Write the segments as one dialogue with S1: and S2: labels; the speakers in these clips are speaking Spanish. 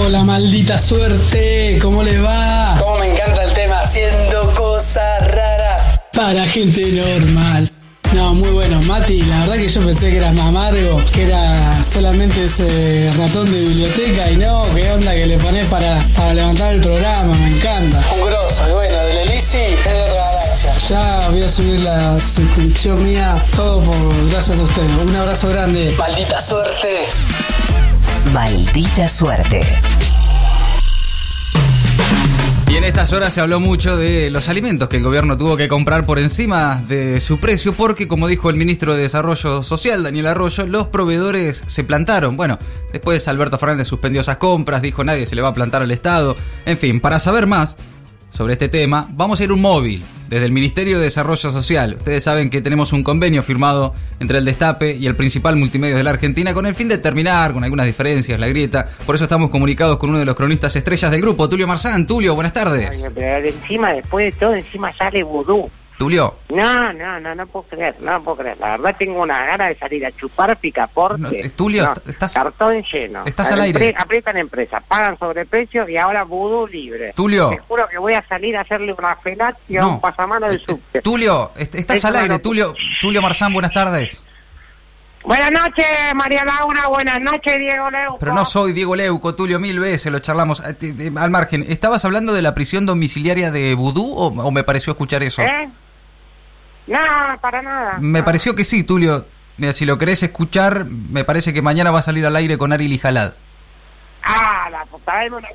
S1: Hola, maldita suerte, ¿cómo les va?
S2: Cómo me encanta el tema, haciendo cosas raras.
S1: Para gente normal. No, muy bueno. Mati, la verdad que yo pensé que eras más amargo, que era solamente ese ratón de biblioteca y no, qué onda que le pones para, para levantar el programa, me encanta.
S2: Un grosso, y bueno, del Elisi es de otra galaxia.
S1: Ya voy a subir la suscripción mía, todo por gracias a ustedes. Un abrazo grande.
S2: Maldita suerte.
S3: Maldita suerte.
S4: Y en estas horas se habló mucho de los alimentos que el gobierno tuvo que comprar por encima de su precio porque, como dijo el ministro de Desarrollo Social, Daniel Arroyo, los proveedores se plantaron. Bueno, después Alberto Fernández suspendió esas compras, dijo nadie se le va a plantar al Estado. En fin, para saber más sobre este tema, vamos a ir a un móvil desde el Ministerio de Desarrollo Social. Ustedes saben que tenemos un convenio firmado entre el Destape y el principal multimedia de la Argentina con el fin de terminar con algunas diferencias, la grieta. Por eso estamos comunicados con uno de los cronistas estrellas del grupo, Tulio Marzán. Tulio, buenas tardes.
S5: Pero encima, después de todo, encima sale vudú.
S4: Tulio,
S5: No, no, no, no puedo creer, no puedo creer. La verdad tengo una gana de salir a chupar picaporte.
S4: No, eh, Tulio,
S5: No,
S4: est- estás-
S5: Cartón lleno.
S4: estás al aire.
S5: Apre- Aprietan empresas, pagan sobreprecio y ahora vudú libre.
S4: Tulio.
S5: Te juro que voy a salir a hacerle una felatio a
S4: No.
S5: un pasamano del
S4: Eh,
S5: subte.
S4: Tulio, est- estás
S5: Eso
S4: al
S5: no
S4: aire,
S5: lo-
S4: Tulio. Tulio Marzán, buenas tardes.
S5: Buenas noches, María Laura. Buenas noches, Diego Leuco.
S4: Pero no soy Diego Leuco, Tulio, mil veces lo charlamos. Eh, te- te- Al margen, ¿estabas hablando de la prisión domiciliaria de Vudú o, o me pareció escuchar eso?
S5: ¿Eh? No, para nada.
S4: Me
S5: No.
S4: pareció que sí, Tulio. Mira, si lo querés escuchar, me parece que mañana va a salir al aire con Ari Lijalad.
S5: Ah, la puta, dame una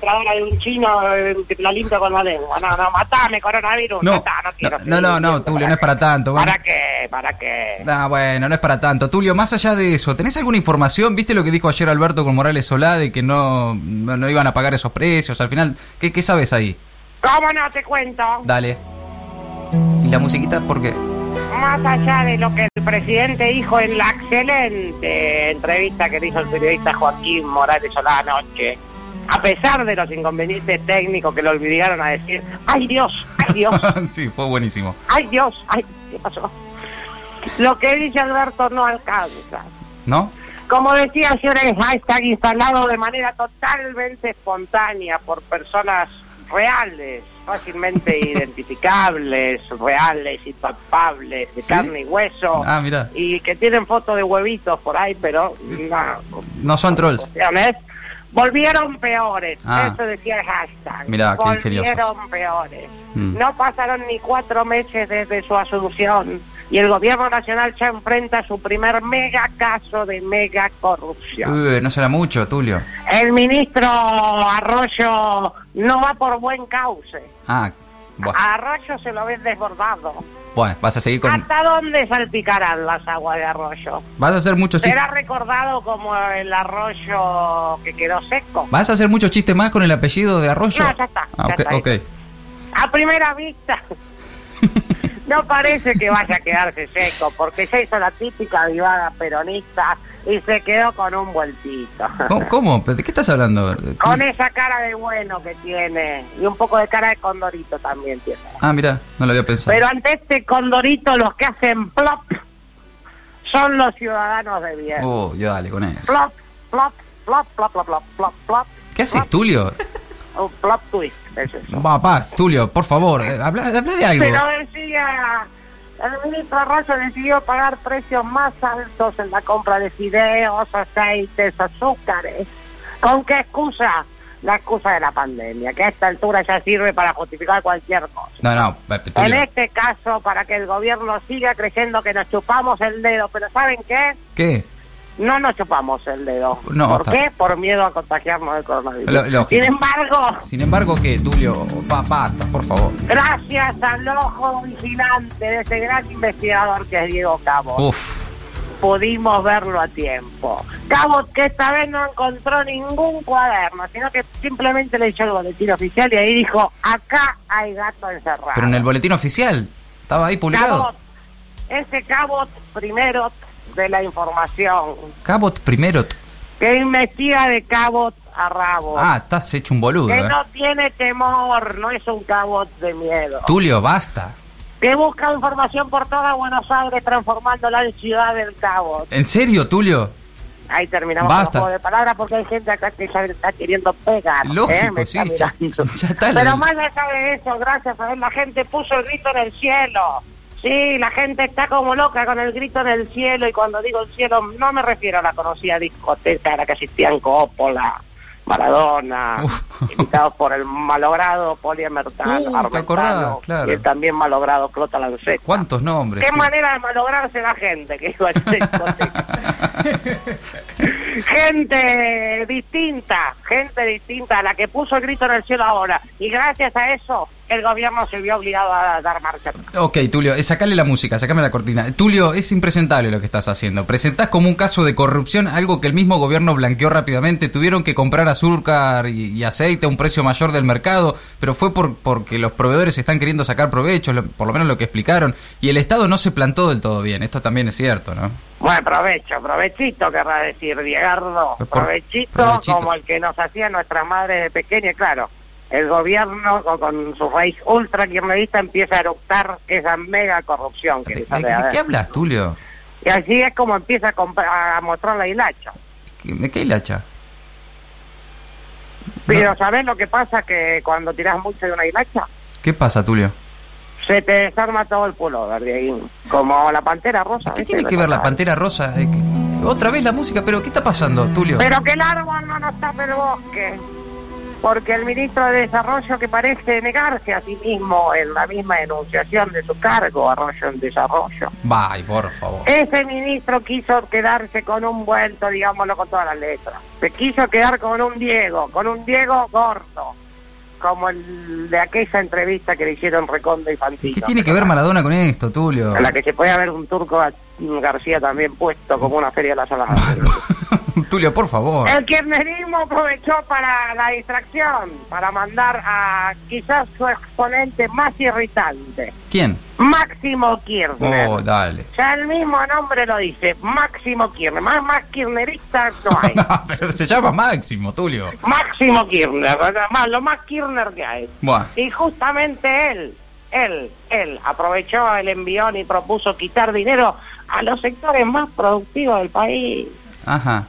S5: traer de un chino, eh, te la limpio con la lengua. No, no, matame, coronavirus.
S4: No,
S5: está, no, quiero
S4: no, no, no, no, Tulio, no es para tanto. bueno.
S5: ¿Para qué? ¿Para qué?
S4: Ah, bueno, no es para tanto. Tulio, más allá de eso, ¿tenés alguna información? ¿Viste lo que dijo ayer Alberto con Morales Solá de que no, no, no iban a pagar esos precios? Al final, ¿qué, qué sabes ahí?
S5: ¿Cómo no te cuento?
S4: Dale. ¿Y la musiquita por qué?
S5: Más allá de lo que el presidente dijo en la excelente entrevista que le hizo el periodista Joaquín Morales Solá anoche, a pesar de los inconvenientes técnicos que lo obligaron a decir, ¡ay Dios! ¡ay Dios!
S4: sí, fue buenísimo.
S5: ¡ay Dios! ¡ay! ¿Qué pasó? Lo que dice Alberto no alcanza.
S4: ¿No?
S5: Como decía ayer, el hashtag instalado de manera totalmente espontánea por personas reales, fácilmente identificables, reales, intapables, de
S4: ¿Sí?
S5: carne y hueso,
S4: Ah, mirá.
S5: y que tienen fotos de huevitos por ahí, pero no,
S4: No son trolls.
S5: cuestiones, volvieron peores.
S4: Ah.
S5: Eso decía el hashtag.
S4: Mirá, qué ingeniosos.
S5: volvieron peores.
S4: Mm.
S5: No pasaron ni cuatro meses desde su asunción y el gobierno nacional ya enfrenta su primer mega caso de mega corrupción.
S4: Uy, no será mucho, Tulio.
S5: El ministro Arroyo no va por buen cauce.
S4: Ah, bueno,
S5: A Arroyo se lo ve desbordado.
S4: bueno, vas a seguir con...
S5: ¿Hasta dónde salpicarán las aguas de Arroyo?
S4: Vas a hacer muchos chistes.
S5: Será recordado como el arroyo que quedó seco.
S4: ¿Vas a hacer muchos chistes más con el apellido de Arroyo?
S5: No, ya está,
S4: Ah,
S5: ya
S4: ok,
S5: está.
S4: ok.
S5: A primera vista. No parece que vaya a quedarse seco, porque ya hizo la típica vivada peronista y se quedó con un vueltito.
S4: ¿Cómo? cómo? ¿Pero ¿De qué estás hablando?
S5: Con esa cara de bueno que tiene y un poco de cara de condorito también tiene.
S4: Ah, mira, no lo había pensado.
S5: Pero ante este condorito los que hacen plop son los ciudadanos de bien.
S4: Oh, ya dale con eso.
S5: Plop, plop, plop, plop, plop, plop, plop, plop.
S4: ¿Qué haces, Tulio?
S5: Un plop twist, es eso.
S4: Papá, Tulio, por favor, eh, habla, habla de algo.
S5: Pero decía, el ministro Arroyo decidió pagar precios más altos en la compra de fideos, aceites, azúcares. ¿Con qué excusa? La excusa de la pandemia, que a esta altura ya sirve para justificar cualquier cosa.
S4: No, no, pa- pa-
S5: En
S4: Tulio.
S5: este caso, para que el gobierno siga creyendo que nos chupamos el dedo, pero ¿saben qué?
S4: ¿Qué?
S5: No nos chupamos el dedo.
S4: No,
S5: ¿Por
S4: está-
S5: qué? Por miedo a contagiarnos del coronavirus.
S4: Lo- lógico.
S5: Sin embargo,
S4: Sin embargo, ¿qué, Tulio? Pa- basta, por favor.
S5: Gracias al ojo vigilante de ese gran investigador que es Diego Cabo.
S4: Uf,
S5: Pudimos verlo a tiempo. Cabo que esta vez no encontró ningún cuaderno, sino que simplemente le echó el boletín oficial y ahí dijo, acá hay gato encerrado.
S4: pero en el boletín oficial estaba ahí publicado.
S5: Cabot, ese Cabot primero de la información,
S4: Cabot primero. t-
S5: que investiga de Cabot a Rabo.
S4: Ah, estás hecho un boludo.
S5: que
S4: eh.
S5: Oh. no tiene temor, no es un Cabot de miedo.
S4: Tulio, basta.
S5: que busca información por toda Buenos Aires transformándola en Ciudad del Cabo.
S4: ¿En serio, Tulio?
S5: Ahí terminamos
S4: Basta.
S5: con los juegos de palabras porque hay gente acá que ya le está queriendo pegar. ¿eh?
S4: Lógico,
S5: Me
S4: sí,
S5: está
S4: ya-
S5: mirando.
S4: ya está la-
S5: Pero más allá de eso, gracias a Dios, la gente puso el grito en el cielo. Sí, la gente está como loca con el grito en el cielo y cuando digo el cielo no me refiero a la conocida discoteca a la que asistían Coppola, Maradona,
S4: Uf.
S5: invitados por el malogrado Poliamertano,
S4: Uh, te
S5: Armentano
S4: acordás, claro.
S5: y el también malogrado Clota Lanceta.
S4: ¿Cuántos nombres?
S5: Qué
S4: sí.
S5: manera de malograrse la gente que iba a esa discoteca. gente distinta, gente distinta, la que puso el grito en el cielo ahora. Y gracias a eso, el gobierno se vio obligado a dar marcha. atrás.
S4: Ok, Tulio, eh, sacale la música, sacame la cortina. Tulio, es impresentable lo que estás haciendo. Presentás como un caso de corrupción, algo que el mismo gobierno blanqueó rápidamente. Tuvieron que comprar azúcar y, y aceite a un precio mayor del mercado, pero fue por, porque los proveedores están queriendo sacar provecho, lo- por lo menos lo que explicaron. Y el Estado no se plantó del todo bien, esto también es cierto, ¿no?
S5: Bueno, provecho, provechito querrá decir, Diegardo.
S4: Pues por-
S5: Provechito,
S4: provechito.
S5: como el que nos hacía nuestra madre de pequeña, y claro. El gobierno, con, con su raíz ultra kirchnerista, empieza a eructar esa mega corrupción que
S4: ¿De,
S5: le
S4: de-
S5: sale
S4: de
S5: a ver.
S4: qué hablas, Tulio?
S5: Y así es como empieza a, compra- a mostrar la hilacha.
S4: ¿Qué- ¿De qué hilacha?
S5: Pero ¿sabés lo que pasa? Que cuando tirás mucho de una hilacha,
S4: ¿Qué pasa, Tulio?
S5: se te desarma todo el pullover, Dieguín. Como la pantera rosa.
S4: ¿Qué
S5: ¿viste?
S4: tiene que ver la pantera rosa? Eh, que- Otra vez la música, pero ¿qué está pasando, Tulio?
S5: Pero que el árbol no nos tape el bosque. Porque el ministro de Desarrollo, que parece negarse a sí mismo en la misma enunciación de su cargo, Arroyo en Desarrollo,
S4: Bye, por favor.
S5: ese ministro quiso quedarse con un vuelto, digámoslo con todas las letras. Se quiso quedar con un Diego, con un Diego gordo, como el de aquella entrevista que le hicieron Recondo y Fantino.
S4: ¿Qué tiene que ver Maradona con esto, Tulio?
S5: A la que se puede haber un turco a- García también puesto como una feria de las alas.
S4: Tulio, por favor.
S5: El kirchnerismo aprovechó para la distracción, para mandar a quizás su exponente más irritante,
S4: ¿Quién?
S5: Máximo Kirchner.
S4: Oh, dale.
S5: Ya el mismo nombre lo dice, Máximo Kirchner. Más, más kirchnerista no hay.
S4: No, pero se llama Máximo, Tulio.
S5: Máximo Kirchner, nada más, lo más Kirchner que hay.
S4: Buah.
S5: Y justamente él, él, él aprovechó el envión y propuso quitar dinero a los sectores más productivos del país.
S4: Ajá.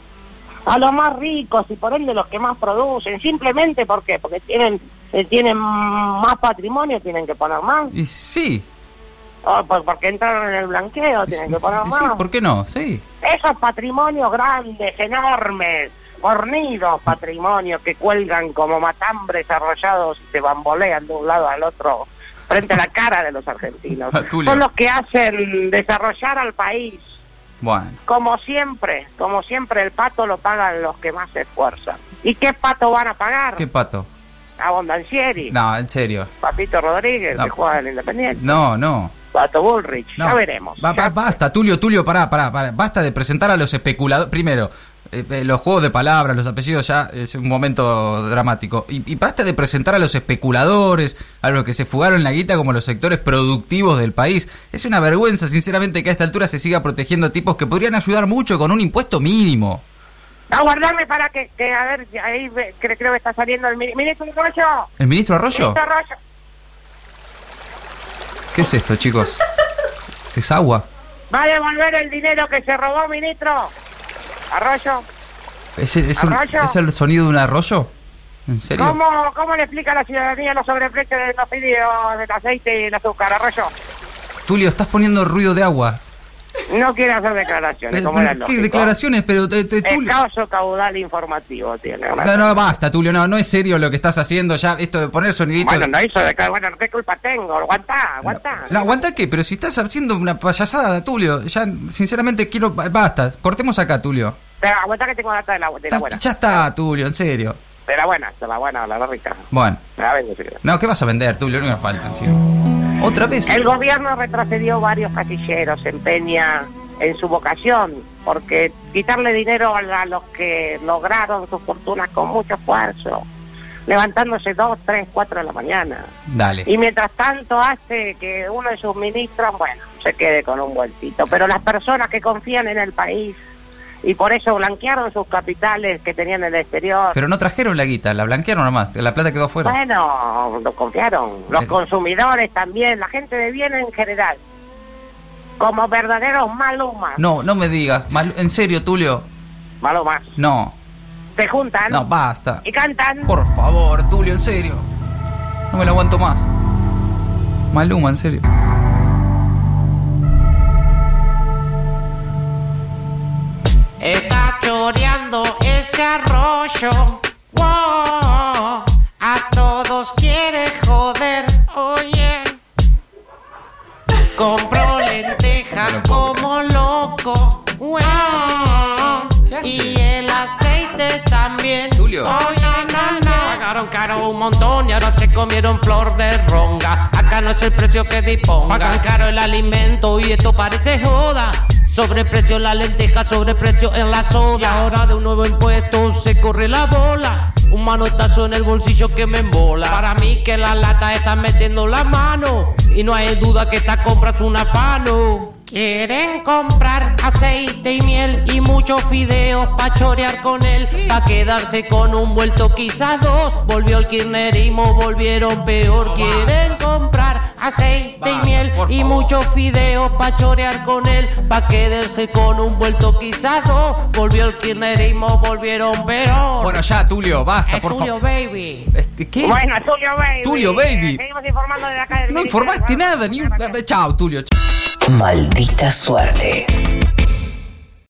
S5: a los más ricos y por ende los que más producen, simplemente ¿por qué? porque tienen eh, tienen más patrimonio, tienen que poner más,
S4: Y sí.
S5: o por- porque entraron en el blanqueo,
S4: Y
S5: tienen
S4: sí,
S5: que poner
S4: y sí,
S5: más.
S4: ¿por qué no? Sí.
S5: Esos patrimonios grandes, enormes, hornidos patrimonios que cuelgan como matambres arrollados y se bambolean de un lado al otro frente a la cara de los argentinos.
S4: Ah, Tulio.
S5: Son los que hacen desarrollar al país.
S4: Bueno.
S5: Como siempre, como siempre, el pato lo pagan los que más se esfuerzan. ¿Y qué pato van a pagar?
S4: ¿Qué pato?
S5: A Bondancieri,
S4: No, en serio.
S5: Papito Rodríguez,
S4: No.
S5: que juega en Independiente,
S4: No, no.
S5: Pato Bullrich,
S4: no.
S5: ya veremos.
S4: Ba- ba-
S5: Ya-
S4: basta, Tulio, Tulio, pará, pará, pará. Basta de presentar a los especuladores. Primero, eh, eh, los juegos de palabras, los apellidos ya es un momento dramático. Y, y basta de presentar a los especuladores, a los que se fugaron la guita como los sectores productivos del país. Es una vergüenza, sinceramente, que a esta altura se siga protegiendo a tipos que podrían ayudar mucho con un impuesto mínimo.
S5: Aguardame para que, que, a ver, ahí ve- cre- creo que está saliendo el mini- ministro Arroyo.
S4: ¿El ministro Arroyo?
S5: Ministro Arroyo.
S4: ¿Qué es esto, chicos? ¿Es agua?
S5: ¿Va a devolver el dinero que se robó, ministro? Arroyo,
S4: ¿Es el, es el-
S5: ¿Arroyo?
S4: es el sonido de un arroyo? ¿En serio?
S5: ¿cómo, ¿cómo le explica a la ciudadanía los sobreprecios de los fideos, del aceite y el azúcar, Arroyo?
S4: Tulio, estás poniendo ruido de agua.
S5: No quiere hacer declaraciones, como era
S4: ¿Qué
S5: lógico.
S4: declaraciones? Pero, eh, eh, Tulio...
S5: Escaso caudal informativo tiene.
S4: No, no, basta, Tulio, no, no es serio lo que estás haciendo ya, esto de poner sonidito...
S5: Bueno, no hizo de ca- bueno, ¿qué culpa tengo? Aguantá, aguantá.
S4: No, aguanta que, pero si estás haciendo una payasada, Tulio, ya sinceramente quiero... Basta, cortemos acá, Tulio.
S5: Pero aguantá que tengo data de la, de la
S4: Está-
S5: buena.
S4: ya está, Tulio, en serio.
S5: De la buena, de la buena, la rica.
S4: Bueno,
S5: La vengo, sí.
S4: no, ¿qué vas a vender, Tulio? No me falta encima. ¿Otra vez?
S5: El gobierno retrocedió varios casilleros, se empeña en su vocación, porque quitarle dinero a, la- a los que lograron sus fortunas con mucho esfuerzo, levantándose dos, tres, cuatro de la mañana.
S4: Dale.
S5: Y mientras tanto hace que uno de sus ministros, bueno, se quede con un vueltito. Pero las personas que confían en el país y por eso blanquearon sus capitales que tenían en el exterior,
S4: Pero no trajeron la guita, la blanquearon nomás, la plata quedó afuera.
S5: bueno, los confiaron. Los
S4: Eh.
S5: consumidores también, la gente de bien en general. Como verdaderos malumas.
S4: No, no me digas, Mal- en serio, Tulio.
S5: malo más.
S4: No,
S5: Se juntan
S4: no, basta.
S5: y cantan.
S4: Por favor, Tulio, en serio. No me lo aguanto más. Maluma, en serio.
S6: Está choreando ese arroyo. Wow, a todos quiere joder. Oye, compró lenteja como loco. Wow, y el aceite también.
S4: Tulio.
S6: Oye, no, no. Pagaron caro un montón y ahora se comieron flor de ronga. Acá no es el precio que disponga. Pagan caro el alimento y esto parece joda. Sobreprecio en la lenteja, sobreprecio en la soda. Y ahora de un nuevo impuesto se corre la bola. Un manotazo en el bolsillo que me embola. Para mí que la lata está metiendo la mano. Y no hay duda que esta compra es un afano. Quieren comprar aceite y miel y muchos fideos pa' chorear con él, pa' quedarse con un vuelto quizás dos. Volvió el kirchnerismo, volvieron peor. Quieren comprar aceite y
S4: Basta,
S6: miel
S4: por
S6: y
S4: favor.
S6: muchos fideos pa' chorear con él, pa' quedarse con un vuelto quizás dos. Volvió el kirchnerismo, volvieron peor.
S4: Bueno, ya, Tulio, basta,
S6: Es
S4: por
S6: tuyo,
S4: favor.
S6: baby.
S4: Este, ¿Qué?
S5: Bueno, Tulio Baby.
S4: Tulio Baby.
S5: Eh, seguimos informando de acá del
S4: No
S5: Militar,
S4: informaste
S5: bueno,
S4: nada, ni un...
S5: gracias.
S4: Chao, Tulio.
S3: Maldita suerte.